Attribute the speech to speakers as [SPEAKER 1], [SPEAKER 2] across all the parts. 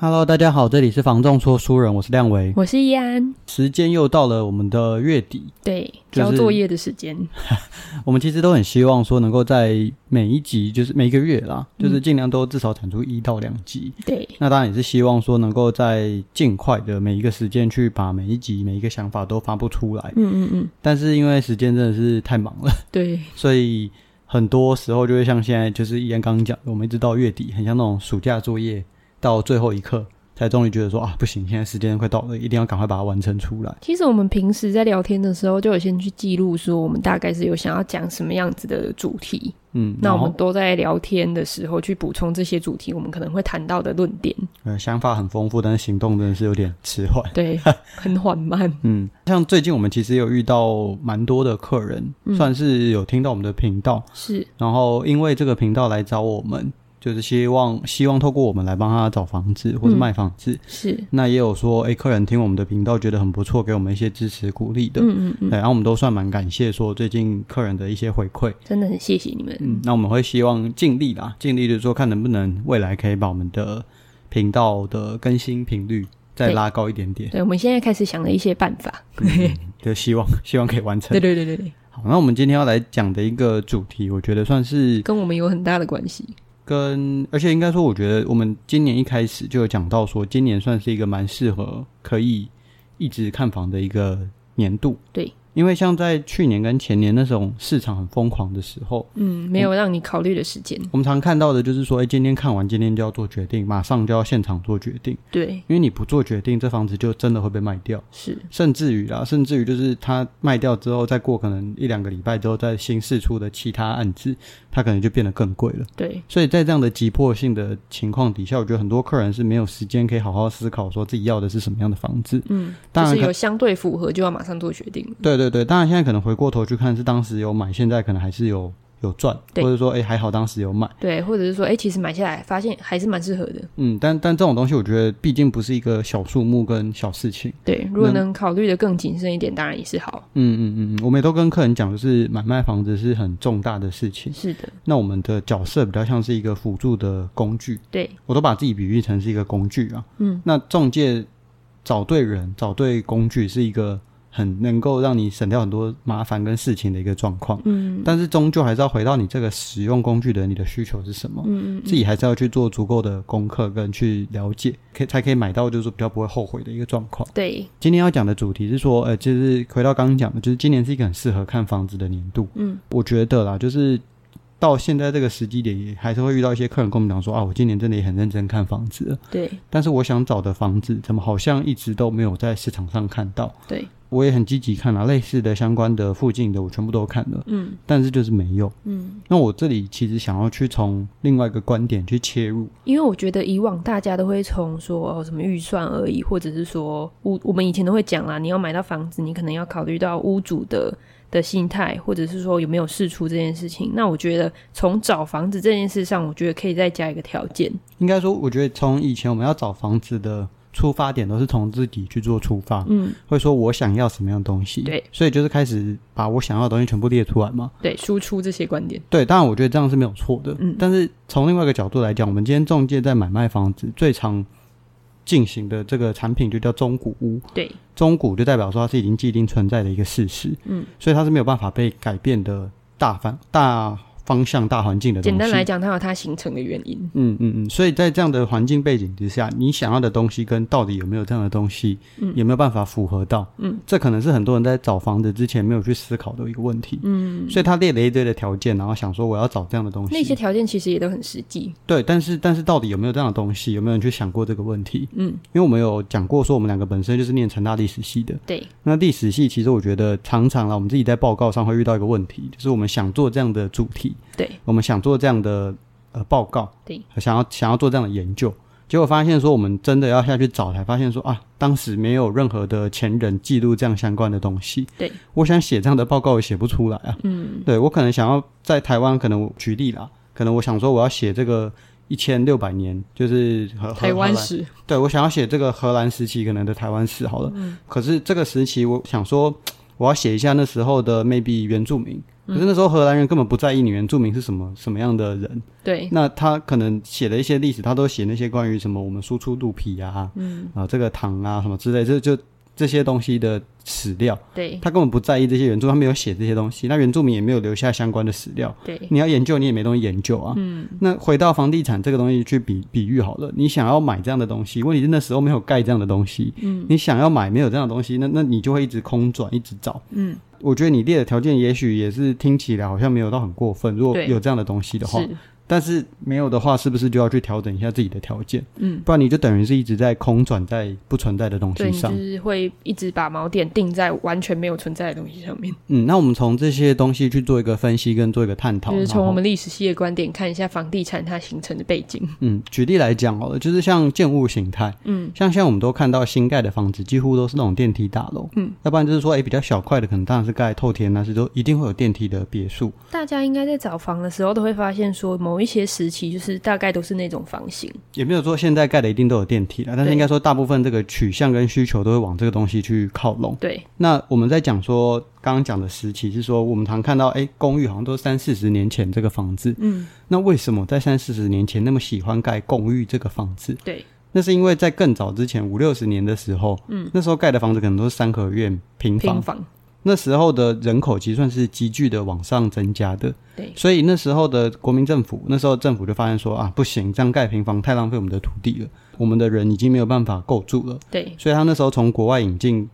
[SPEAKER 1] Hello，大家好，这里是房仲说书人，我是亮维。
[SPEAKER 2] 我是易安，
[SPEAKER 1] 时间又到了我们的月底，
[SPEAKER 2] 对，
[SPEAKER 1] 就
[SPEAKER 2] 交
[SPEAKER 1] 是
[SPEAKER 2] 作业的时间，
[SPEAKER 1] 我们其实都很希望说能够在每一集，就是每一个月啦，就是尽量都至少产出一到两集。
[SPEAKER 2] 对，
[SPEAKER 1] 那当然也是希望说能够在尽快的每一个时间去把每一集每一个想法都发布出来。
[SPEAKER 2] 嗯嗯嗯，
[SPEAKER 1] 但是因为时间真的是太忙了，
[SPEAKER 2] 对，
[SPEAKER 1] 所以很多时候就会像现在，就是一样刚刚讲的，我们一直到月底，很像那种暑假作业到最后一刻。才终于觉得说啊，不行，现在时间快到了，一定要赶快把它完成出来。
[SPEAKER 2] 其实我们平时在聊天的时候，就有先去记录说我们大概是有想要讲什么样子的主题，
[SPEAKER 1] 嗯，
[SPEAKER 2] 那
[SPEAKER 1] 然
[SPEAKER 2] 我
[SPEAKER 1] 后
[SPEAKER 2] 们都在聊天的时候去补充这些主题，我们可能会谈到的论点，
[SPEAKER 1] 呃，想法很丰富，但是行动真的是有点迟缓。
[SPEAKER 2] 对， 很缓慢，
[SPEAKER 1] 嗯，像最近我们其实有遇到蛮多的客人，
[SPEAKER 2] 嗯
[SPEAKER 1] 算是有听到我们的频道，
[SPEAKER 2] 是
[SPEAKER 1] 然后因为这个频道来找我们，就是希望希望透过我们来帮他找房子或者
[SPEAKER 2] 嗯
[SPEAKER 1] 卖房子。
[SPEAKER 2] 是，
[SPEAKER 1] 那也有说，诶，客人听我们的频道觉得很不错，给我们一些支持鼓励的。
[SPEAKER 2] 嗯嗯嗯，
[SPEAKER 1] 对，然后我们都算蛮感谢说最近客人的一些回馈。
[SPEAKER 2] 真的很谢谢你们，
[SPEAKER 1] 嗯，那我们会希望尽力啦，尽力的说看能不能未来可以把我们的频道的更新频率再
[SPEAKER 2] 对
[SPEAKER 1] 拉高一点点。
[SPEAKER 2] 对，我们现在开始想了一些办法，
[SPEAKER 1] 就希望希望可以完成
[SPEAKER 2] 对。对对对对，
[SPEAKER 1] 好，那我们今天要来讲的一个主题，我觉得算是
[SPEAKER 2] 跟我们有很大的关系。
[SPEAKER 1] 跟，而且应该说，我觉得我们今年一开始就有讲到说，今年算是一个蛮适合可以一直看房的一个年度。
[SPEAKER 2] 对，
[SPEAKER 1] 因为像在去年跟前年那种市场很疯狂的时候，
[SPEAKER 2] 嗯，没有让你考虑的时间，
[SPEAKER 1] 我们常看到的就是说，哎，今天看完，今天就要做决定，马上就要现场做决定，
[SPEAKER 2] 对，
[SPEAKER 1] 因为你不做决定，这房子就真的会被卖掉。
[SPEAKER 2] 是，
[SPEAKER 1] 甚至于啦，甚至于就是他卖掉之后，再过可能一两个礼拜之后，再新释出的其他案子，它可能就变得更贵了。
[SPEAKER 2] 对，
[SPEAKER 1] 所以在这样的急迫性的情况底下，我觉得很多客人是没有时间可以好好思考说自己要的是什么样的房子。
[SPEAKER 2] 嗯，
[SPEAKER 1] 当
[SPEAKER 2] 就
[SPEAKER 1] 然
[SPEAKER 2] 是
[SPEAKER 1] 可
[SPEAKER 2] 有相对符合就要马上做决定了。
[SPEAKER 1] 对对对，当然现在可能回过头去看是当时有买，现在可能还是有有赚，或
[SPEAKER 2] 对
[SPEAKER 1] 者说哎还好当时有买。
[SPEAKER 2] 对，或者是说，哎、其实买下来发现还是蛮适合的。
[SPEAKER 1] 嗯，但但这种东西我觉得毕竟不是一个小数目跟小事情。
[SPEAKER 2] 对，如果
[SPEAKER 1] 能
[SPEAKER 2] 能考虑的更谨慎一点，当然也是好。
[SPEAKER 1] 嗯嗯嗯嗯，我们也都跟客人讲，就是买卖房子是很重大的事情。
[SPEAKER 2] 是的，
[SPEAKER 1] 那我们的角色比较像是一个辅助的工具，
[SPEAKER 2] 对，
[SPEAKER 1] 我都把自己比喻成是一个工具啊。
[SPEAKER 2] 嗯，
[SPEAKER 1] 那中介找对人、找对工具是一个很能够让你省掉很多麻烦跟事情的一个状况，
[SPEAKER 2] 嗯
[SPEAKER 1] 但是终究还是要回到你这个使用工具的人你的需求是什么，
[SPEAKER 2] 嗯嗯
[SPEAKER 1] 自己还是要去做足够的功课跟去了解，可以才可以买到就是比较不会后悔的一个状况。
[SPEAKER 2] 对，
[SPEAKER 1] 今天要讲的主题是说，呃，就是回到刚刚讲的，就是今年是一个很适合看房子的年度。
[SPEAKER 2] 嗯，
[SPEAKER 1] 我觉得啦，就是到现在这个时机点，也还是会遇到一些客人跟我们讲说，啊，我今年真的也很认真看房子了，
[SPEAKER 2] 对，
[SPEAKER 1] 但是我想找的房子，怎么好像一直都没有在市场上看到？
[SPEAKER 2] 对，
[SPEAKER 1] 我也很积极看了、啊类似的相关的附近的，我全部都看了，
[SPEAKER 2] 嗯
[SPEAKER 1] 但是就是没有。
[SPEAKER 2] 嗯，
[SPEAKER 1] 那我这里其实想要去从另外一个观点去切入，
[SPEAKER 2] 因为我觉得以往大家都会从说哦什么预算而已，或者是说屋，我们以前都会讲啦，你要买到房子，你可能要考虑到屋主的的心态，或者是说有没有事出这件事情。那我觉得从找房子这件事上，我觉得可以再加一个条件。
[SPEAKER 1] 应该说，我觉得从以前我们要找房子的出发点都是从自己去做出发，
[SPEAKER 2] 嗯，
[SPEAKER 1] 会说我想要什么样的东西，
[SPEAKER 2] 对，
[SPEAKER 1] 所以就是开始把我想要的东西全部列出来嘛。
[SPEAKER 2] 对，输出这些观点。
[SPEAKER 1] 对，当然我觉得这样是没有错的，
[SPEAKER 2] 嗯
[SPEAKER 1] 但是从另外一个角度来讲，我们今天中介在买卖房子最常进行的这个产品就叫中古屋，
[SPEAKER 2] 对，
[SPEAKER 1] 中古就代表说它是已经既定存在的一个事实，
[SPEAKER 2] 嗯，
[SPEAKER 1] 所以它是没有办法被改变的大方大方向大环境的东
[SPEAKER 2] 简
[SPEAKER 1] 西。
[SPEAKER 2] 单来讲，它有它形成的原因。
[SPEAKER 1] 嗯嗯嗯，所以在这样的环境背景之下，你想要的东西跟到底有没有这样的东西，
[SPEAKER 2] 嗯
[SPEAKER 1] 有没有办法符合到，
[SPEAKER 2] 嗯，
[SPEAKER 1] 这可能是很多人在找房子之前没有去思考的一个问题。
[SPEAKER 2] 嗯，
[SPEAKER 1] 所以他列了一堆的条件，然后想说我要找这样的东
[SPEAKER 2] 那些
[SPEAKER 1] 西，
[SPEAKER 2] 条件其实也都很实际。
[SPEAKER 1] 对，但是但是到底有没有这样的东西，有没有人去想过这个问题？
[SPEAKER 2] 嗯，
[SPEAKER 1] 因为我们有讲过说我们两个本身就是念成大历史系的，
[SPEAKER 2] 对，
[SPEAKER 1] 那历史系其实我觉得常常啦，我们自己在报告上会遇到一个问题，就是我们想做这样的主题，
[SPEAKER 2] 对，
[SPEAKER 1] 我们想做这样的呃报告，
[SPEAKER 2] 对，
[SPEAKER 1] 想要想要做这样的研究，结果发现说我们真的要下去找，才发现说啊，当时没有任何的前人记录这样相关的东西。
[SPEAKER 2] 对，
[SPEAKER 1] 我想写这样的报告也写不出来啊。嗯，对我可能想要在台湾，可能我举例啦，可能我想说我要写这个一千六百年，就是荷
[SPEAKER 2] 台湾，
[SPEAKER 1] 荷荷兰
[SPEAKER 2] 史，
[SPEAKER 1] 对我想要写这个荷兰时期可能的台湾史好了。可是这个时期，我想说我要写一下那时候的 maybe 原住民。可是那时候荷兰人根本不在意你原住民是什么什么样的人，
[SPEAKER 2] 对，
[SPEAKER 1] 那他可能写的一些历史，他都写那些关于什么我们输出鹿皮啊，嗯，啊这个糖啊什么之类，这就这些东西的史料，
[SPEAKER 2] 对，
[SPEAKER 1] 他根本不在意这些原著，他没有写这些东西，那原住民也没有留下相关的史料。
[SPEAKER 2] 对，
[SPEAKER 1] 你要研究，你也没东西研究啊。嗯，那回到房地产这个东西去比比喻好了，你想要买这样的东西，问题是那时候没有盖这样的东西。嗯，你想要买没有这样的东西，那那你就会一直空转，一直找。
[SPEAKER 2] 嗯，
[SPEAKER 1] 我觉得你列的条件也许也是听起来好像没有到很过分，如果
[SPEAKER 2] 对
[SPEAKER 1] 有这样的东西的话，
[SPEAKER 2] 是，
[SPEAKER 1] 但是没有的话，是不是就要去调整一下自己的条件？
[SPEAKER 2] 嗯，
[SPEAKER 1] 不然你就等于是一直在空转在不存在的东
[SPEAKER 2] 对
[SPEAKER 1] 西
[SPEAKER 2] 你就
[SPEAKER 1] 上。
[SPEAKER 2] 是会一直把锚点定在完全没有存在的东西上面，
[SPEAKER 1] 嗯，那我们从这些东西去做一个分析跟做一个探讨。
[SPEAKER 2] 就是
[SPEAKER 1] 然
[SPEAKER 2] 从
[SPEAKER 1] 后
[SPEAKER 2] 我们历史系的观点看一下房地产它形成的背景，
[SPEAKER 1] 嗯，举例来讲好了，就是像建物形态，
[SPEAKER 2] 嗯，
[SPEAKER 1] 像现在我们都看到新盖的房子几乎都是那种电梯大楼，
[SPEAKER 2] 嗯，
[SPEAKER 1] 要不然就是说，哎诶比较小块的可能当然是盖透天，但是都一定会有电梯的别墅。
[SPEAKER 2] 大家应该在找房的时候都会发现，说某一些时期就是大概都是那种房型。
[SPEAKER 1] 也没有说现在盖的一定都有电梯了，但是
[SPEAKER 2] 对
[SPEAKER 1] 应该说大部分这个取向跟需求都会往这个东西去靠拢。
[SPEAKER 2] 对
[SPEAKER 1] 那我们在讲说，刚刚讲的时期是说，我们常看到，哎，公寓好像都是三四十年前这个房子。
[SPEAKER 2] 嗯，
[SPEAKER 1] 那为什么在三四十年前那么喜欢盖公寓这个房子？
[SPEAKER 2] 对
[SPEAKER 1] 那是因为在更早之前五六十年的时候，嗯，那时候盖的房子可能都是三合院平
[SPEAKER 2] 平
[SPEAKER 1] 房，
[SPEAKER 2] 房，
[SPEAKER 1] 那时候的人口其实算是急剧的往上增加的。
[SPEAKER 2] 对
[SPEAKER 1] 所以那时候的国民政府，那时候政府就发现说啊，不行，这样盖平房太浪费我们的土地了，我们的人已经没有办法够住了。
[SPEAKER 2] 对
[SPEAKER 1] 所以他那时候从国外引进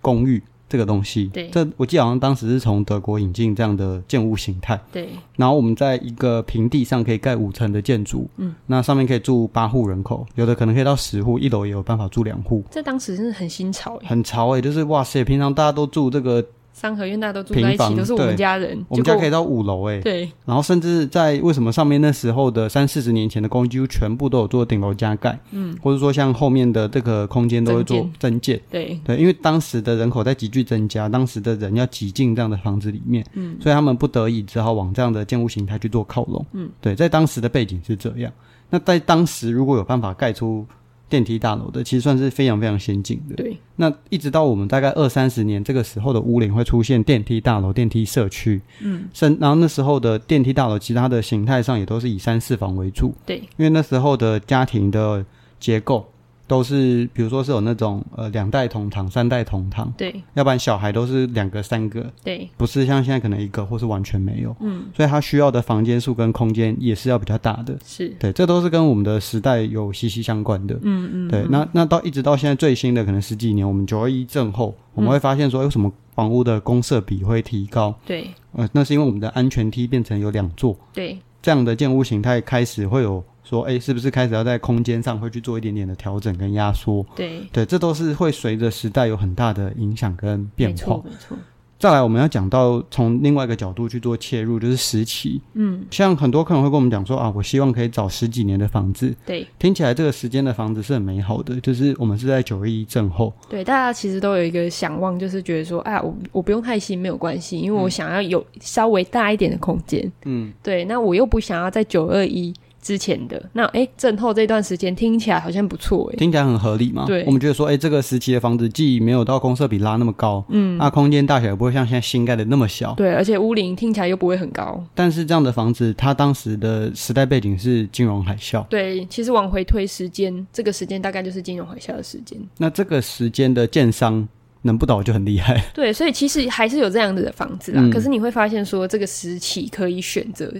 [SPEAKER 1] 公寓这个东西，
[SPEAKER 2] 对
[SPEAKER 1] 这我记得好像当时是从德国引进这样的建物形态，
[SPEAKER 2] 对
[SPEAKER 1] 然后我们在一个平地上可以盖五层的建筑，嗯，那上面可以住八户人口，有的可能可以到十户，一楼也有办法住两户，
[SPEAKER 2] 这当时真的很新潮哎，
[SPEAKER 1] 很潮诶、就是哇塞，平常大家都住这个，
[SPEAKER 2] 三合院大家都住在一
[SPEAKER 1] 平房
[SPEAKER 2] 起，都是我们
[SPEAKER 1] 对
[SPEAKER 2] 家人，
[SPEAKER 1] 我们家
[SPEAKER 2] 结果
[SPEAKER 1] 可以到五楼诶、
[SPEAKER 2] 对
[SPEAKER 1] 然后甚至在为什么上面那时候的三四十年前的公寓几乎全部都有做顶楼加盖，嗯，或者说像后面的这个空间都会做
[SPEAKER 2] 增
[SPEAKER 1] 增建。
[SPEAKER 2] 对
[SPEAKER 1] 对，因为当时的人口在急剧增加，当时的人要挤进这样的房子里面，嗯，所以他们不得已只好往这样的建筑形态去做靠拢，嗯，对，在当时的背景是这样。那在当时如果有办法盖出电梯大楼的，其实算是非常非常先进的。
[SPEAKER 2] 对
[SPEAKER 1] 那一直到我们大概二三十年这个时候的屋龄会出现电梯大楼、电梯社区，嗯，甚然后那时候的电梯大楼，其他的形态上也都是以三四房为主，
[SPEAKER 2] 对
[SPEAKER 1] 因为那时候的家庭的结构都是，比如说是有那种呃两代同堂、三代同堂，
[SPEAKER 2] 对
[SPEAKER 1] 要不然小孩都是两个、三个，
[SPEAKER 2] 对
[SPEAKER 1] 不是像现在可能一个或是完全没有。嗯，所以他需要的房间数跟空间也是要比较大的。
[SPEAKER 2] 是，
[SPEAKER 1] 对，这都是跟我们的时代有息息相关的。嗯嗯对，那那到一直到现在最新的可能十几年，我们九二一震后，我们会发现说，哎为什么房屋的公设比会提高？
[SPEAKER 2] 对
[SPEAKER 1] 呃，那是因为我们的安全梯变成有两座，
[SPEAKER 2] 对
[SPEAKER 1] 这样的建屋形态开始会有说，哎，是不是开始要在空间上会去做一点点的调整跟压缩？
[SPEAKER 2] 对，
[SPEAKER 1] 对，这都是会随着时代有很大的影响跟
[SPEAKER 2] 没
[SPEAKER 1] 变
[SPEAKER 2] 错
[SPEAKER 1] 化。
[SPEAKER 2] 没错，
[SPEAKER 1] 再来，我们要讲到从另外一个角度去做切入，就是时期。
[SPEAKER 2] 嗯
[SPEAKER 1] 像很多客人会跟我们讲说啊，我希望可以找十几年的房子，
[SPEAKER 2] 对
[SPEAKER 1] 听起来这个时间的房子是很美好的，就是我们是在九一一震后，
[SPEAKER 2] 对，大家其实都有一个想望，就是觉得说，哎呀，我我不用太新没有关系，因为我想要有稍微大一点的空间，
[SPEAKER 1] 嗯，
[SPEAKER 2] 对，那我又不想要在九二一之前的，那哎，震后这段时间听起来好像不错哎，
[SPEAKER 1] 听起来很合理嘛。
[SPEAKER 2] 对
[SPEAKER 1] 我们觉得说，哎、这个时期的房子既没有到公设比拉那么高，嗯，啊，空间大小也不会像现在新盖的那么小，
[SPEAKER 2] 对，而且屋龄听起来又不会很高。
[SPEAKER 1] 但是这样的房子，它当时的时代背景是金融海啸。
[SPEAKER 2] 对，其实往回推时间，这个时间大概就是金融海啸的时间。
[SPEAKER 1] 那这个时间的建商能不倒就很厉害。
[SPEAKER 2] 对，所以其实还是有这样子的房子啦。
[SPEAKER 1] 嗯
[SPEAKER 2] 可是你会发现说，这个时期可以选择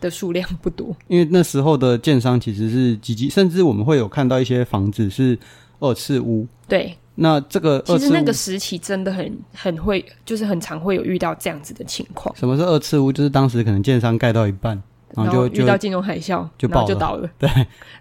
[SPEAKER 2] 的数量不多。
[SPEAKER 1] 因为那时候的建商其实是积极，甚至我们会有看到一些房子是二次屋。
[SPEAKER 2] 对，
[SPEAKER 1] 那这个
[SPEAKER 2] 其
[SPEAKER 1] 二
[SPEAKER 2] 实
[SPEAKER 1] 次
[SPEAKER 2] 那个
[SPEAKER 1] 屋，
[SPEAKER 2] 时期真的很很会，就是很常会有遇到这样子的情况。
[SPEAKER 1] 什么是二次屋？就是当时可能建商盖到一半，然后
[SPEAKER 2] 然后
[SPEAKER 1] 就
[SPEAKER 2] 遇到
[SPEAKER 1] 就
[SPEAKER 2] 金融海啸，
[SPEAKER 1] 就
[SPEAKER 2] 然后
[SPEAKER 1] 爆
[SPEAKER 2] 就
[SPEAKER 1] 了
[SPEAKER 2] 倒了，
[SPEAKER 1] 对，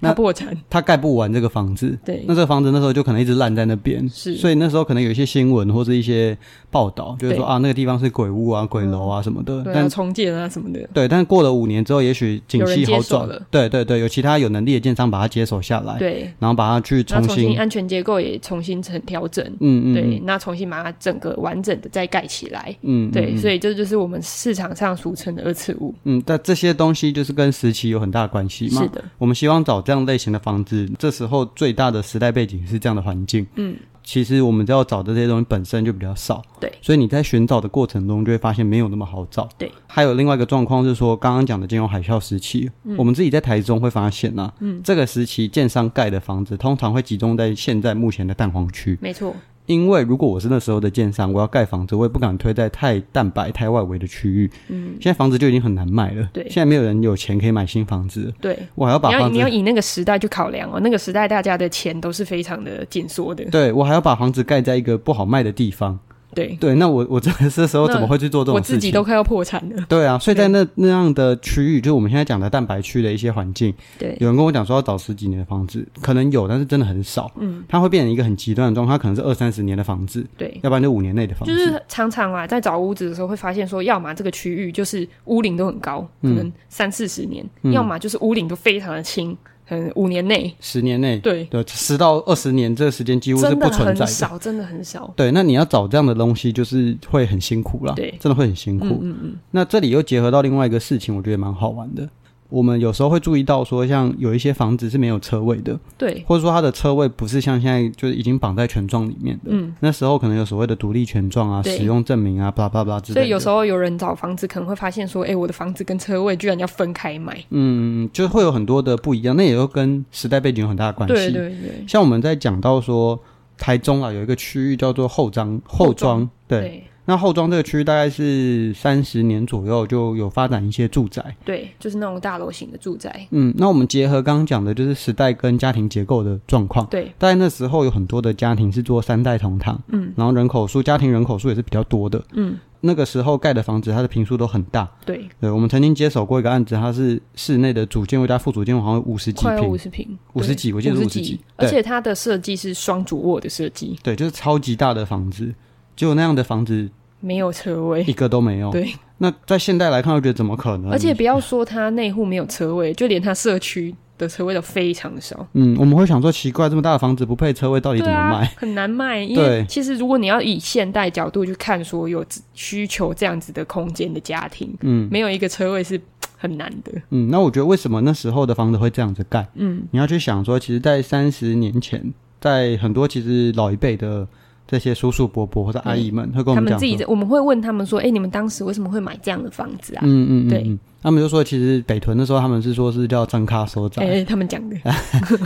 [SPEAKER 1] 那
[SPEAKER 2] 它破产，
[SPEAKER 1] 他盖不完这个房子，
[SPEAKER 2] 对
[SPEAKER 1] 那这个房子那时候就可能一直烂在那边，
[SPEAKER 2] 是
[SPEAKER 1] 所以那时候可能有一些新闻或是一些报道，就是说
[SPEAKER 2] 对
[SPEAKER 1] 啊那个地方是鬼屋啊、鬼楼啊什么的，
[SPEAKER 2] 对啊，
[SPEAKER 1] 但
[SPEAKER 2] 重建啊什么的，
[SPEAKER 1] 对，但过了五年之后，也许景
[SPEAKER 2] 有人
[SPEAKER 1] 气
[SPEAKER 2] 接
[SPEAKER 1] 好
[SPEAKER 2] 手
[SPEAKER 1] 转
[SPEAKER 2] 了，
[SPEAKER 1] 对对对，有其他有能力的建商把它接手下来，
[SPEAKER 2] 对，
[SPEAKER 1] 然后把它去哎重
[SPEAKER 2] 然后重
[SPEAKER 1] 新，
[SPEAKER 2] 新安全结构也重新成调整，
[SPEAKER 1] 嗯嗯，
[SPEAKER 2] 对，
[SPEAKER 1] 嗯，
[SPEAKER 2] 那重新把它整个完整的再盖起来，
[SPEAKER 1] 嗯，
[SPEAKER 2] 对，所
[SPEAKER 1] 以，
[SPEAKER 2] 以这就是我们市场上俗称的二次物，
[SPEAKER 1] 嗯，但这些东西就是跟时期有很大的关系嘛，
[SPEAKER 2] 是的，
[SPEAKER 1] 我们希望找这样类型的房子，这时候最大的时代背景是这样的环境。嗯，其实我们要找的这些东西本身就比较少，
[SPEAKER 2] 对
[SPEAKER 1] 所以你在寻找的过程中就会发现没有那么好找。
[SPEAKER 2] 对，
[SPEAKER 1] 还有另外一个状况是说，刚刚讲的金融海啸时期，
[SPEAKER 2] 嗯
[SPEAKER 1] 我们自己在台中会发现啊，嗯，这个时期建商盖的房子通常会集中在现在目前的蛋黄区，
[SPEAKER 2] 没错，
[SPEAKER 1] 因为如果我是那时候的建商，我要盖房子，我也不敢推在太蛋白、太外围的区域。嗯，现在房子就已经很难卖了，
[SPEAKER 2] 对
[SPEAKER 1] 现在没有人有钱可以买新房子了，
[SPEAKER 2] 对。
[SPEAKER 1] 我还要把
[SPEAKER 2] 你要
[SPEAKER 1] 房子
[SPEAKER 2] 你要以那个时代去考量哦，那个时代大家的钱都是非常的紧缩的，
[SPEAKER 1] 对我还要把房子盖在一个不好卖的地方，
[SPEAKER 2] 对，
[SPEAKER 1] 对，那我 我这个时候怎么会去做这种
[SPEAKER 2] 我
[SPEAKER 1] 事情？
[SPEAKER 2] 自己都快要破产了，
[SPEAKER 1] 对啊，所以在那那样的区域，就是我们现在讲的蛋白区的一些环境，
[SPEAKER 2] 对，
[SPEAKER 1] 有人跟我讲说要找十几年的房子，可能有，但是真的很少。嗯，它会变成一个很极端的状况，它可能是二三十年的房子，
[SPEAKER 2] 对，
[SPEAKER 1] 要不然就五年内的房
[SPEAKER 2] 嗯就
[SPEAKER 1] 子。
[SPEAKER 2] 是常常啊，在找屋子的时候会发现说，要么这个区域就是屋龄都很高，
[SPEAKER 1] 嗯
[SPEAKER 2] 可能三四十年；要么就是屋龄都非常的轻，可能五年内。
[SPEAKER 1] 十年内，
[SPEAKER 2] 对，
[SPEAKER 1] 对，十到二十年这个时间几乎是
[SPEAKER 2] 真
[SPEAKER 1] 不
[SPEAKER 2] 的
[SPEAKER 1] 存
[SPEAKER 2] 很
[SPEAKER 1] 在的。
[SPEAKER 2] 少，真的很少。
[SPEAKER 1] 对，那你要找这样的东西，就是会很辛苦啦。
[SPEAKER 2] 对
[SPEAKER 1] 真的会很辛苦。嗯嗯那这里又结合到另外一个事情，我觉得蛮好玩的。我们有时候会注意到说，像有一些房子是没有车位的，
[SPEAKER 2] 对，
[SPEAKER 1] 或者说它的车位不是像现在就是已经绑在权状里面的。嗯，那时候可能有所谓的独立权状啊、
[SPEAKER 2] 对
[SPEAKER 1] 使用证明啊、巴拉巴拉之类
[SPEAKER 2] 所
[SPEAKER 1] 的。
[SPEAKER 2] 以有时候有人找房子，可能会发现说，哎、我的房子跟车位居然要分开买。
[SPEAKER 1] 嗯，就会有很多的不一样，那也就跟时代背景有很大的关系。
[SPEAKER 2] 对对对，
[SPEAKER 1] 像我们在讲到说，台中啊有一个区域叫做后庄，后
[SPEAKER 2] 后庄
[SPEAKER 1] 庄对。那后庄这个区大概是三十年左右就有发展一些住宅。
[SPEAKER 2] 对，就是那种大楼型的住宅。
[SPEAKER 1] 嗯，那我们结合刚刚讲的，就是时代跟家庭结构的状况。
[SPEAKER 2] 对
[SPEAKER 1] 在那时候有很多的家庭是做三代同堂，嗯，然后人口数家庭人口数也是比较多的，
[SPEAKER 2] 嗯，
[SPEAKER 1] 那个时候盖的房子它的平数都很大。
[SPEAKER 2] 对，
[SPEAKER 1] 对，我们曾经接手过一个案子，它是室内的主建位加副主建位好像五十几
[SPEAKER 2] 快要五
[SPEAKER 1] 平，
[SPEAKER 2] 十平，
[SPEAKER 1] 五十
[SPEAKER 2] 对
[SPEAKER 1] 几我记得是
[SPEAKER 2] 50
[SPEAKER 1] 50几
[SPEAKER 2] 而
[SPEAKER 1] 对
[SPEAKER 2] 且它的设计是双主卧的设计，
[SPEAKER 1] 对，就是超级大的房子，结果那样的房子
[SPEAKER 2] 没有车位。
[SPEAKER 1] 一个都没有。
[SPEAKER 2] 对，
[SPEAKER 1] 那在现代来看，我觉得怎么可能？
[SPEAKER 2] 而且不要说它内户没有车位，就连它社区的车位都非常的少。
[SPEAKER 1] 嗯，我们会想说奇怪，这么大的房子不配车位，到底
[SPEAKER 2] 对
[SPEAKER 1] 怎么
[SPEAKER 2] 啊
[SPEAKER 1] 卖？，
[SPEAKER 2] 很难卖。因
[SPEAKER 1] 对
[SPEAKER 2] 为其实如果你要以现代角度去看，说有需求这样子的空间的家庭，
[SPEAKER 1] 嗯
[SPEAKER 2] 没有一个车位是很难的。
[SPEAKER 1] 嗯，那我觉得为什么那时候的房子会这样子盖？
[SPEAKER 2] 嗯，
[SPEAKER 1] 你要去想说，其实，在三十年前，在很多其实老一辈的这些叔叔伯伯或者阿姨们会跟我
[SPEAKER 2] 他
[SPEAKER 1] 们
[SPEAKER 2] 们
[SPEAKER 1] 讲
[SPEAKER 2] 自己
[SPEAKER 1] 说，
[SPEAKER 2] 在，我们会问他们说：“哎、你们当时为什么会买这样的房子啊
[SPEAKER 1] 嗯嗯嗯，
[SPEAKER 2] 对
[SPEAKER 1] 嗯，他们就说，其实北屯那时候他们是说是叫张咖收？”
[SPEAKER 2] 哎、
[SPEAKER 1] 宅，
[SPEAKER 2] 他们讲 的，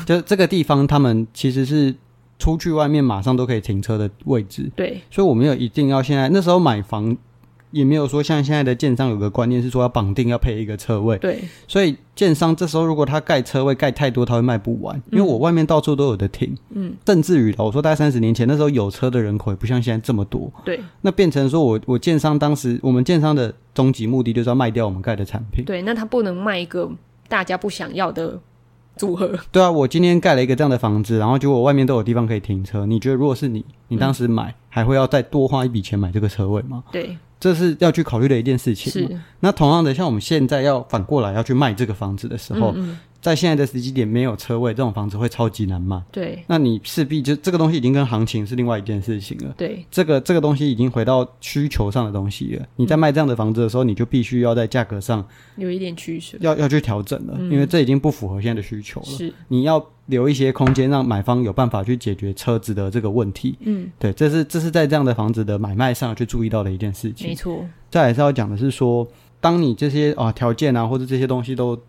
[SPEAKER 1] 就是这个地方他们其实是出去外面马上都可以停车的位置，
[SPEAKER 2] 对
[SPEAKER 1] 所以我们有一定要现在那时候买房。也没有说像现在的建商有个观念是说要绑定要配一个车位，
[SPEAKER 2] 对
[SPEAKER 1] 所以建商这时候如果他盖车位盖太多，他会卖不完，因为我外面到处都有的停。嗯，甚至于了，我说大概三十年前那时候有车的人口也不像现在这么多，
[SPEAKER 2] 对
[SPEAKER 1] 那变成说我我建商当时我们建商的终极目的就是要卖掉我们盖的产品。
[SPEAKER 2] 对，那他不能卖一个大家不想要的组 合。
[SPEAKER 1] 对啊，我今天盖了一个这样的房子，然后结果我外面都有地方可以停车，你觉得如果是你，你当时买、还会要再多花一笔钱买这个车位吗？
[SPEAKER 2] 对，
[SPEAKER 1] 这是要去考虑的一件事情嘛。
[SPEAKER 2] 是，
[SPEAKER 1] 那同样的，像我们现在要反过来要去卖这个房子的时
[SPEAKER 2] 嗯
[SPEAKER 1] 候，在现在的时机点没有车位，这种房子会超级难卖。
[SPEAKER 2] 对
[SPEAKER 1] 那你势必就这个东西已经跟行情是另外一件事情了。
[SPEAKER 2] 对
[SPEAKER 1] 这个这个东西已经回到需求上的东西了。你在卖这样的房子的时候，你就必须要在价格上
[SPEAKER 2] 有一点取舍。
[SPEAKER 1] 要要去调整了，因为这已经不符合现在的需求了。
[SPEAKER 2] 嗯是，
[SPEAKER 1] 你要留一些空间，让买方有办法去解决车子的这个问题。
[SPEAKER 2] 嗯，
[SPEAKER 1] 对，这是这是在这样的房子的买卖上去注意到的一件事情
[SPEAKER 2] 没。错。
[SPEAKER 1] 再来是要讲的是说，当你这些啊条件啊或者这些东西都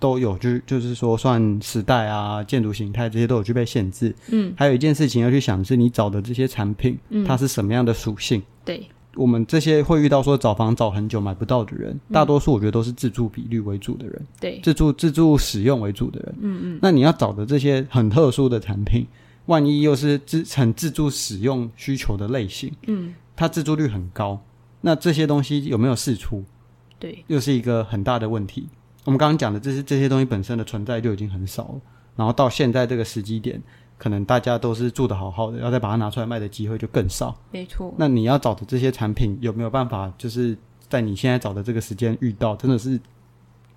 [SPEAKER 1] 都有，就是就是说算时代啊、建筑形态这些都有去被限制。
[SPEAKER 2] 嗯，
[SPEAKER 1] 还有一件事情要去想是，你找的这些产品，
[SPEAKER 2] 嗯
[SPEAKER 1] 它是什么样的属性？
[SPEAKER 2] 对
[SPEAKER 1] 我们这些会遇到说找房找很久买不到的人，
[SPEAKER 2] 嗯
[SPEAKER 1] 大多数我觉得都是自住比率为主的人，
[SPEAKER 2] 对
[SPEAKER 1] 自住自住使用为主的人。嗯嗯，那你要找的这些很特殊的产品，万一又是自很自住使用需求的类型，
[SPEAKER 2] 嗯，
[SPEAKER 1] 它自住率很高，那这些东西有没有释出，
[SPEAKER 2] 对
[SPEAKER 1] 又是一个很大的问题。我们刚刚讲的这些这些东西本身的存在就已经很少了，然后到现在这个时机点，可能大家都是住的好好的，要再把它拿出来卖的机会就更少。
[SPEAKER 2] 没错，
[SPEAKER 1] 那你要找的这些产品有没有办法，就是在你现在找的这个时间遇到，真的是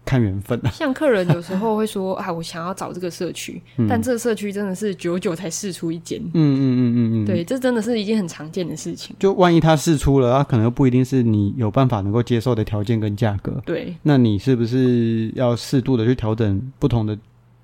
[SPEAKER 1] 看缘分啊。
[SPEAKER 2] 像客人有时候会 说啊，我想要找这个社区，但这个社区真的是久久才试出一间，
[SPEAKER 1] 嗯嗯嗯嗯嗯，
[SPEAKER 2] 对，这真的是一件很常见的事情。
[SPEAKER 1] 就万一它试出了，啊它可能又不一定是你有办法能够接受的条件跟价格，
[SPEAKER 2] 对
[SPEAKER 1] 那你是不是要适度的去调整不同的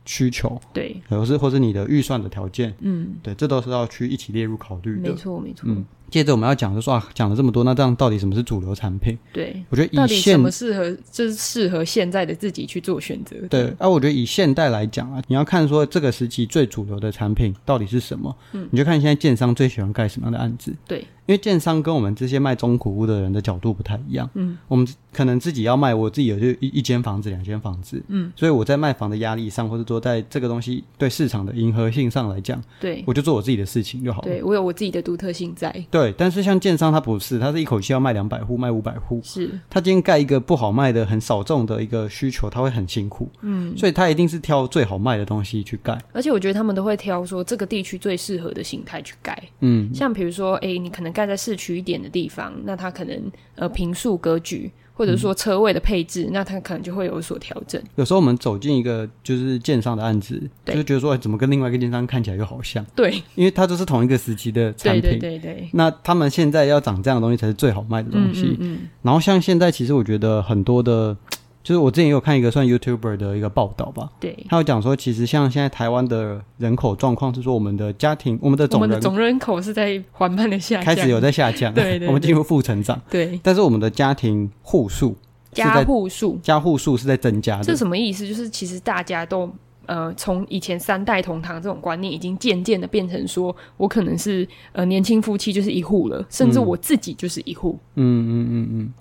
[SPEAKER 1] 需求，
[SPEAKER 2] 对，
[SPEAKER 1] 或是或是你的预算的条件？
[SPEAKER 2] 嗯，
[SPEAKER 1] 对，这都是要去一起列入考虑
[SPEAKER 2] 没
[SPEAKER 1] 的。
[SPEAKER 2] 错没错，
[SPEAKER 1] 嗯，接着我们要讲就说啊，讲了这么多，那这样到底什么是主流产品？
[SPEAKER 2] 对。
[SPEAKER 1] 我觉得
[SPEAKER 2] 到
[SPEAKER 1] 以
[SPEAKER 2] 底什
[SPEAKER 1] 现
[SPEAKER 2] 么适合，就是适合现在的自己去做选择？
[SPEAKER 1] 对，啊，我觉得以现代来讲啊，你要看说这个时期最主流的产品到底是什么，嗯，你就看现在建商最喜欢盖什么样的案子，
[SPEAKER 2] 对，
[SPEAKER 1] 因为建商跟我们这些卖中古屋的人的角度不太一样，嗯，我们可能自己要卖，我自己有就一一间房子、两间房子，嗯，所以我在卖房的压力上，或者说在这个东西对市场的迎合性上来讲，
[SPEAKER 2] 对
[SPEAKER 1] 我就做我自己的事情就好了。
[SPEAKER 2] 对，我有我自己的独特性在，
[SPEAKER 1] 对，但是像建商他不是，他是一口气要卖两百户、卖五百户，
[SPEAKER 2] 是
[SPEAKER 1] 他今天盖一个不好卖的、很少众的一个需求，他会很辛苦。嗯，所以他一定是挑最好卖的东西去盖。
[SPEAKER 2] 而且我觉得他们都会挑说这个地区最适合的形态去盖，
[SPEAKER 1] 嗯，
[SPEAKER 2] 像比如说，哎、你可能盖在市区一点的地方，那它可能呃平数格局，或者
[SPEAKER 1] 嗯
[SPEAKER 2] 说车位的配置，那它可能就会有所调整。
[SPEAKER 1] 有时候我们走进一个就是建商的案子，就
[SPEAKER 2] 对
[SPEAKER 1] 是觉得说、哎怎么跟另外一个建商看起来又好像，
[SPEAKER 2] 对，
[SPEAKER 1] 因为它都是同一个时期的产
[SPEAKER 2] 对
[SPEAKER 1] 品。
[SPEAKER 2] 对对对，
[SPEAKER 1] 那他们现在要长这样的东西才是最好卖的东
[SPEAKER 2] 嗯
[SPEAKER 1] 西。
[SPEAKER 2] 嗯嗯，
[SPEAKER 1] 然后像现在，其实我觉得很多的，就是我之前也有看一个算 YouTuber 的一个报道吧，
[SPEAKER 2] 对。
[SPEAKER 1] 他有讲说，其实像现在台湾的人口状况是说，我们的家庭，我们的
[SPEAKER 2] 我
[SPEAKER 1] 总
[SPEAKER 2] 们的
[SPEAKER 1] 人
[SPEAKER 2] 总人口是在缓慢的下降，
[SPEAKER 1] 开始有在下降，
[SPEAKER 2] 对对对
[SPEAKER 1] 我们进入负成长。
[SPEAKER 2] 对
[SPEAKER 1] 但是我们的家庭户数是
[SPEAKER 2] 加
[SPEAKER 1] 在啊
[SPEAKER 2] 户数，
[SPEAKER 1] 加户数是在增加
[SPEAKER 2] 这
[SPEAKER 1] 的，
[SPEAKER 2] 什么意思？就是其实大家都呃，从以前三代同堂这种观念，已经渐渐的变成说，我可能是呃年轻夫妻就是一户了，甚
[SPEAKER 1] 嗯
[SPEAKER 2] 至我自己就是一户。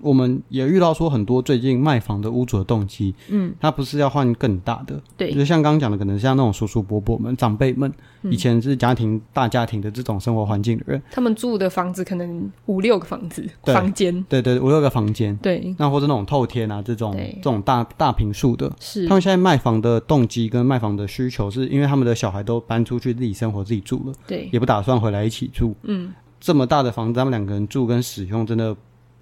[SPEAKER 1] 我们也遇到说很多最近卖房的屋主的动机，嗯，他不是要换更大的，
[SPEAKER 2] 对嗯
[SPEAKER 1] 就像刚刚讲的，可能像那种叔叔伯伯们、长辈们，以前是家庭大家庭的这种生活环境的人，
[SPEAKER 2] 他们住的房子可能五六个房子
[SPEAKER 1] 对
[SPEAKER 2] 房间，
[SPEAKER 1] 对对，五六个房间，
[SPEAKER 2] 对，
[SPEAKER 1] 那或者那种透天啊这种
[SPEAKER 2] 对
[SPEAKER 1] 这种大大平数的，
[SPEAKER 2] 是
[SPEAKER 1] 他们现在卖房的动机跟卖房的需求，是因为他们的小孩都搬出去自己生活、自己住了，
[SPEAKER 2] 对，
[SPEAKER 1] 也不打算回来一起住。嗯，这么大的房子，他们两个人住跟使用，真的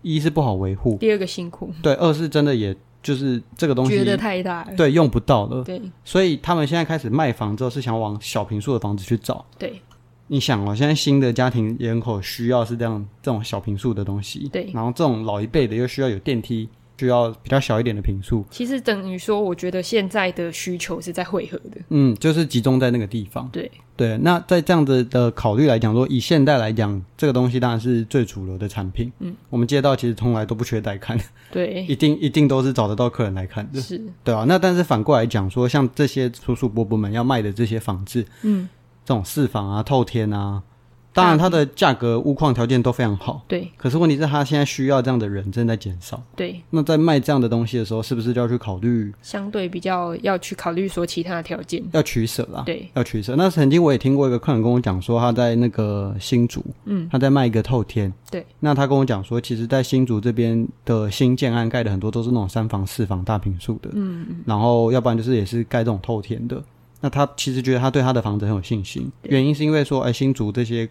[SPEAKER 1] 一是不好维护，
[SPEAKER 2] 第二个辛苦，
[SPEAKER 1] 对；二是真的也就是这个东
[SPEAKER 2] 嗯觉得
[SPEAKER 1] 西
[SPEAKER 2] 太大了，
[SPEAKER 1] 对用不到了，
[SPEAKER 2] 对
[SPEAKER 1] 所以他们现在开始卖房之后，是想往小平数的房子去找。
[SPEAKER 2] 对
[SPEAKER 1] 你想哦，现在新的家庭人口需要是这样这种小平数的东西，
[SPEAKER 2] 对
[SPEAKER 1] 然后这种老一辈的又需要有电梯，需要比较小一点的平数，
[SPEAKER 2] 其实等于说，我觉得现在的需求是在汇合的，
[SPEAKER 1] 嗯，就是集中在那个地方。
[SPEAKER 2] 对
[SPEAKER 1] 对，那在这样子的考虑来讲，说以现代来讲，这个东西当然是最主流的产品。嗯，我们街道其实从来都不缺待看，
[SPEAKER 2] 对
[SPEAKER 1] 一定一定都是找得到客人来看的，
[SPEAKER 2] 是，
[SPEAKER 1] 对啊，那但是反过来讲说，像这些叔叔伯伯们要卖的这些房子，
[SPEAKER 2] 嗯，
[SPEAKER 1] 这种四房啊、透天啊，当然它的价格、屋况条件都非常好，
[SPEAKER 2] 对
[SPEAKER 1] 可是问题是，他现在需要这样的人正在减少。
[SPEAKER 2] 对，
[SPEAKER 1] 那在卖这样的东西的时候，是不是就要去考虑
[SPEAKER 2] 相对比较要去考虑说其他的条件，
[SPEAKER 1] 要取舍啦？
[SPEAKER 2] 对
[SPEAKER 1] 要取舍。那曾经我也听过一个客人跟我讲说，他在那个新竹，嗯，他在卖一个透天，
[SPEAKER 2] 对。
[SPEAKER 1] 那他跟我讲说，其实，在新竹这边的新建案盖的很多都是那种三房、四房大平数的，嗯嗯，然后要不然就是也是盖这种透天的。那他其实觉得他对他的房子很有信心，原因是因为说，哎，新竹这些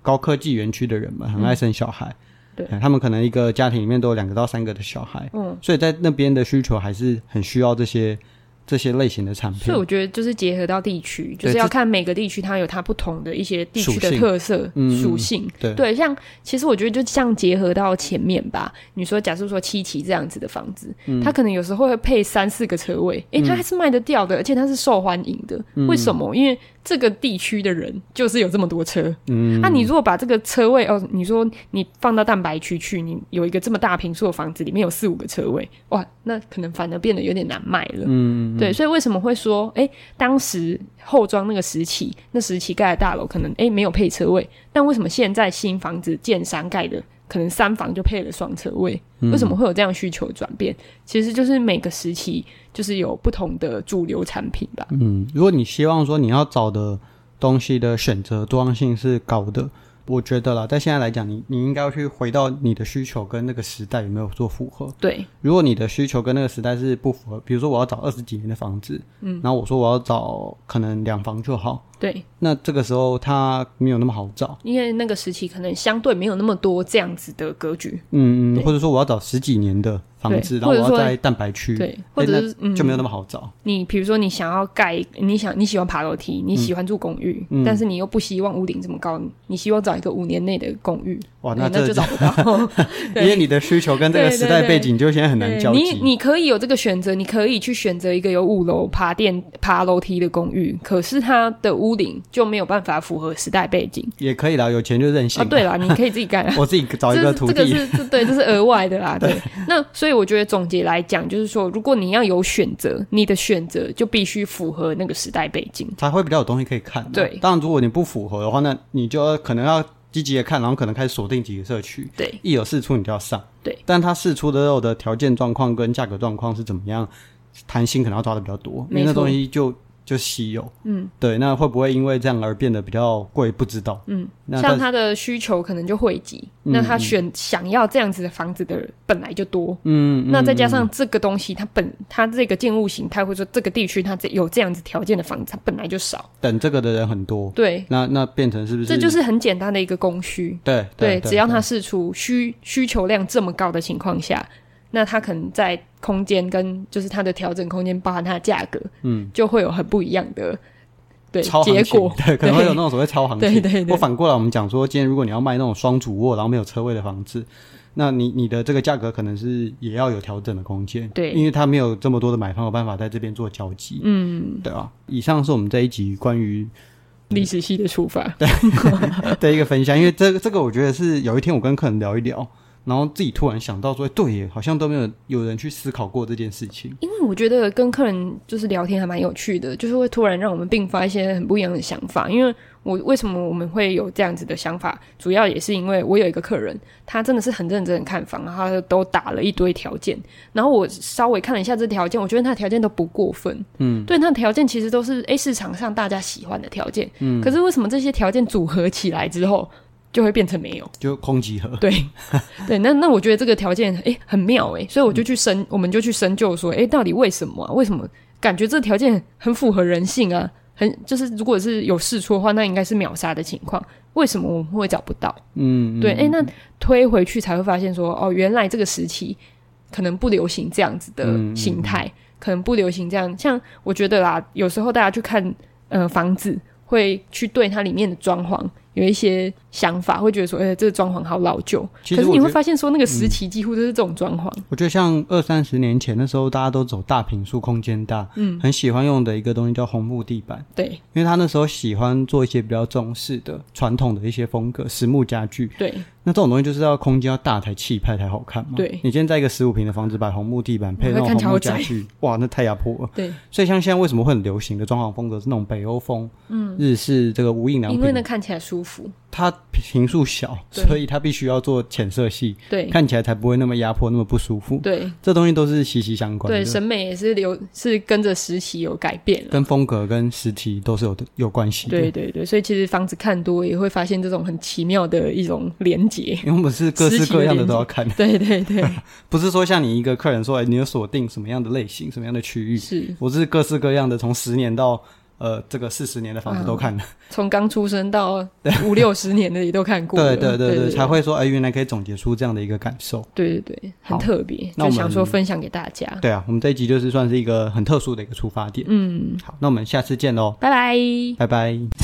[SPEAKER 1] 高科技园区的人们很爱生小孩，
[SPEAKER 2] 嗯对
[SPEAKER 1] 哎他们可能一个家庭里面都有两个到三个的小孩，嗯，所以在那边的需求还是很需要这些这些类型的产品
[SPEAKER 2] 所以。我觉得就是结合到地区，就
[SPEAKER 1] 对
[SPEAKER 2] 是要
[SPEAKER 1] 这
[SPEAKER 2] 看每个地区它有它不同的一些地区
[SPEAKER 1] 属
[SPEAKER 2] 的
[SPEAKER 1] 性
[SPEAKER 2] 特色
[SPEAKER 1] 嗯
[SPEAKER 2] 属性。
[SPEAKER 1] 对
[SPEAKER 2] 对，像其实我觉得就像结合到前面吧，你说假设说七期这样子的房子，它可能有时候会配三四个车位，诶，它还是卖得掉的，而且它是受欢迎的。为什么？因为这个地区的人就是有这么多车，嗯，那、你如果把这个车位哦，你说你放到蛋白区去，你有一个这么大平数的房子，里面有四五个车位，哇，那可能反而变得有点难卖了，嗯，对，所以为什么会说，诶，当时后庄那个时期，那时期盖的大楼可能诶没有配车位，但为什么现在新房子建商盖的可能三房就配了双车位？
[SPEAKER 1] 嗯
[SPEAKER 2] 为什么会有这样需求转变？其实就是每个时期就是有不同的主流产品吧。
[SPEAKER 1] 嗯，如果你希望说你要找的东西的选择多样性是高的，我觉得啦，在现在来讲，你你应该要去回到你的需求跟那个时代有没有做符合。
[SPEAKER 2] 对，
[SPEAKER 1] 如果你的需求跟那个时代是不符合，比如说我要找二十几年的房子，嗯，然后我说我要找可能两房就好，
[SPEAKER 2] 对，
[SPEAKER 1] 那这个时候它没有那么好找，
[SPEAKER 2] 因为那个时期可能相对没有那么多这样子的格局，
[SPEAKER 1] 嗯
[SPEAKER 2] 对
[SPEAKER 1] 嗯，或者说我要找十几年的房子，
[SPEAKER 2] 对
[SPEAKER 1] 然后我
[SPEAKER 2] 或
[SPEAKER 1] 要
[SPEAKER 2] 者说
[SPEAKER 1] 在蛋白区，
[SPEAKER 2] 对
[SPEAKER 1] 哎
[SPEAKER 2] 或者
[SPEAKER 1] 那
[SPEAKER 2] 是嗯
[SPEAKER 1] 就没有那么好找，
[SPEAKER 2] 你比如说，你想要盖，你想你喜欢爬楼梯，你喜欢住公寓，
[SPEAKER 1] 嗯
[SPEAKER 2] 但是你又不希望屋顶这么高，你希望找一个五年内的公寓，
[SPEAKER 1] 哇，
[SPEAKER 2] 那
[SPEAKER 1] 那这
[SPEAKER 2] 就找不到。 对
[SPEAKER 1] 因为你的需求跟这个
[SPEAKER 2] 对对
[SPEAKER 1] 时代
[SPEAKER 2] 对
[SPEAKER 1] 背景就现在很难交集，
[SPEAKER 2] 你你可以有这个选择，你可以去选择一个有五楼爬电爬楼梯的公寓，可是它的屋顶就没有办法符合时代背景
[SPEAKER 1] 也可以啦，有钱就任性。
[SPEAKER 2] 啊。 对啦，你可以自己 盖啊。
[SPEAKER 1] 我自己找一
[SPEAKER 2] 这
[SPEAKER 1] 个
[SPEAKER 2] 是
[SPEAKER 1] 徒
[SPEAKER 2] 这个
[SPEAKER 1] 弟，
[SPEAKER 2] 是这对，这是额外的 啦。对，那所以我觉得总结来讲，就是说，如果你要有选择，你的选择就必须符合那个时代背景。
[SPEAKER 1] 才会比较有东西可以看嘛。
[SPEAKER 2] 对
[SPEAKER 1] 当然如果你不符合的话，那你就要可能要积极的看，然后可能开始锁定几个社区，
[SPEAKER 2] 对
[SPEAKER 1] 一有试出你就要上。
[SPEAKER 2] 对，
[SPEAKER 1] 但它试出的肉的条件状况跟价格状况是怎么样，弹性可能要抓的比较多，因为
[SPEAKER 2] 没
[SPEAKER 1] 那
[SPEAKER 2] 错
[SPEAKER 1] 东西就就稀有。嗯，对，那会不会因为这样而变得比较贵？不知道。嗯，那
[SPEAKER 2] 像
[SPEAKER 1] 但
[SPEAKER 2] 他的需求可能就汇集，
[SPEAKER 1] 嗯
[SPEAKER 2] 那他选想要这样子的房子的人本来就多，
[SPEAKER 1] 嗯，
[SPEAKER 2] 那再加上这个东西，它本它这个建物型态，或者说这个地区它这有这样子条件的房子，它本来就少，
[SPEAKER 1] 等这个的人很多，
[SPEAKER 2] 对，
[SPEAKER 1] 那那变成是不是？
[SPEAKER 2] 这就是很简单的一个供需，
[SPEAKER 1] 对
[SPEAKER 2] 对，
[SPEAKER 1] 对，
[SPEAKER 2] 只要
[SPEAKER 1] 对
[SPEAKER 2] 它试出需需求量这么高的情况下，那它可能在空间跟就是它的调整空间，包含它的价格，
[SPEAKER 1] 嗯，
[SPEAKER 2] 就会有很不一样的对
[SPEAKER 1] 超行
[SPEAKER 2] 结
[SPEAKER 1] 情
[SPEAKER 2] 果，
[SPEAKER 1] 对，可能会有那种所谓超行情。
[SPEAKER 2] 对对对
[SPEAKER 1] 或反过来，我们讲说，今天如果你要卖那种双主卧，然后没有车位的房子，那你你的这个价格可能是也要有调整的空间。
[SPEAKER 2] 对
[SPEAKER 1] 因为它没有这么多的买方有办法在这边做交集。
[SPEAKER 2] 嗯，
[SPEAKER 1] 对啊，以上是我们这一集关于
[SPEAKER 2] 历史系的出发，
[SPEAKER 1] 的一个分享，因为这个这个我觉得是有一天我跟客人聊一聊，然后自己突然想到说，对耶，好像都没有有人去思考过这件事情。
[SPEAKER 2] 因为我觉得跟客人就是聊天还蛮有趣的，就是会突然让我们迸发一些很不一样的想法。因为我为什么我们会有这样子的想法，主要也是因为我有一个客人，他真的是很认真的看房，然后他都打了一堆条件，然后我稍微看了一下这条件，我觉得他的条件都不过分，嗯，对，他的条件其实都是诶市场上大家喜欢的条件，嗯，可是为什么这些条件组合起来之后就会变成没有？
[SPEAKER 1] 就空集合，
[SPEAKER 2] 对 对，那那我觉得这个条件诶很妙诶，所以
[SPEAKER 1] 嗯
[SPEAKER 2] 我就去深，我们就去深究说，诶，到底为什么啊？为什么感觉这条件很符合人性啊？很就是如果是有试错的话，那应该是秒杀的情况，为什么我们会找不到？
[SPEAKER 1] 嗯，嗯
[SPEAKER 2] 对，诶，那推回去才会发现说，哦，原来这个时期可能不流行这样子的
[SPEAKER 1] 嗯嗯
[SPEAKER 2] 形态，可能不流行这样。像我觉得啦，有时候大家去看呃房子，会去对它里面的装潢有一些想法，会觉得说，哎、这个装潢好老旧。
[SPEAKER 1] 嗯其
[SPEAKER 2] 可
[SPEAKER 1] 实
[SPEAKER 2] 是
[SPEAKER 1] 我
[SPEAKER 2] 你
[SPEAKER 1] 觉
[SPEAKER 2] 会
[SPEAKER 1] 得，
[SPEAKER 2] 发现说，那个时期几乎都是这种装潢。
[SPEAKER 1] 我觉得像二三十年前那时候，大家都走大平数、空间大，
[SPEAKER 2] 嗯，
[SPEAKER 1] 很喜欢用的一个东西叫红木地板，
[SPEAKER 2] 对
[SPEAKER 1] 因为他那时候喜欢做一些比较中式的、传统的一些风格，实木家具。
[SPEAKER 2] 对
[SPEAKER 1] 那这种东西就是要空间要大才气派才好看嘛。
[SPEAKER 2] 对
[SPEAKER 1] 你今天在一个十五平的房子摆红木地板，配
[SPEAKER 2] 我
[SPEAKER 1] 那种
[SPEAKER 2] 会看
[SPEAKER 1] 红
[SPEAKER 2] 超
[SPEAKER 1] 木家
[SPEAKER 2] 窄
[SPEAKER 1] 具，哇，那太压迫了。
[SPEAKER 2] 对，
[SPEAKER 1] 所以像现在为什么会很流行的装潢风格是那种北欧风，嗯，日式这个无印良
[SPEAKER 2] 因为
[SPEAKER 1] 品，
[SPEAKER 2] 那看起来舒服。
[SPEAKER 1] 它平数小，
[SPEAKER 2] 对
[SPEAKER 1] 所以它必须要做浅色系，
[SPEAKER 2] 对
[SPEAKER 1] 看起来才不会那么压迫，那么不舒服。
[SPEAKER 2] 对
[SPEAKER 1] 这东西都是息息相关的。
[SPEAKER 2] 对，审美也是流是跟着时期有改变了。
[SPEAKER 1] 跟风格跟实体都是有的有关系的。
[SPEAKER 2] 对对对，所以其实房子看多也会发现这种很奇妙的一种连结。
[SPEAKER 1] 因为我们是各式各样的都要看，
[SPEAKER 2] 对对对，
[SPEAKER 1] 不是说像你一个客人说，哎，你有锁定什么样的类型、什么样的区域？
[SPEAKER 2] 是
[SPEAKER 1] 我是各式各样的，从十年到呃这个四十年的房子都看了。
[SPEAKER 2] 从刚出生到五六十年的也都看过了。
[SPEAKER 1] 对对
[SPEAKER 2] 对
[SPEAKER 1] 对对，才会说，哎，原来可以总结出这样的一个感受。
[SPEAKER 2] 对对对，很
[SPEAKER 1] 好
[SPEAKER 2] 特别，
[SPEAKER 1] 那我
[SPEAKER 2] 就
[SPEAKER 1] 们
[SPEAKER 2] 想说分享给大家。
[SPEAKER 1] 对啊，我们这一集就是算是一个很特殊的一个出发点。
[SPEAKER 2] 嗯，
[SPEAKER 1] 好，那我们下次见喽，
[SPEAKER 2] 拜拜。
[SPEAKER 1] 拜拜。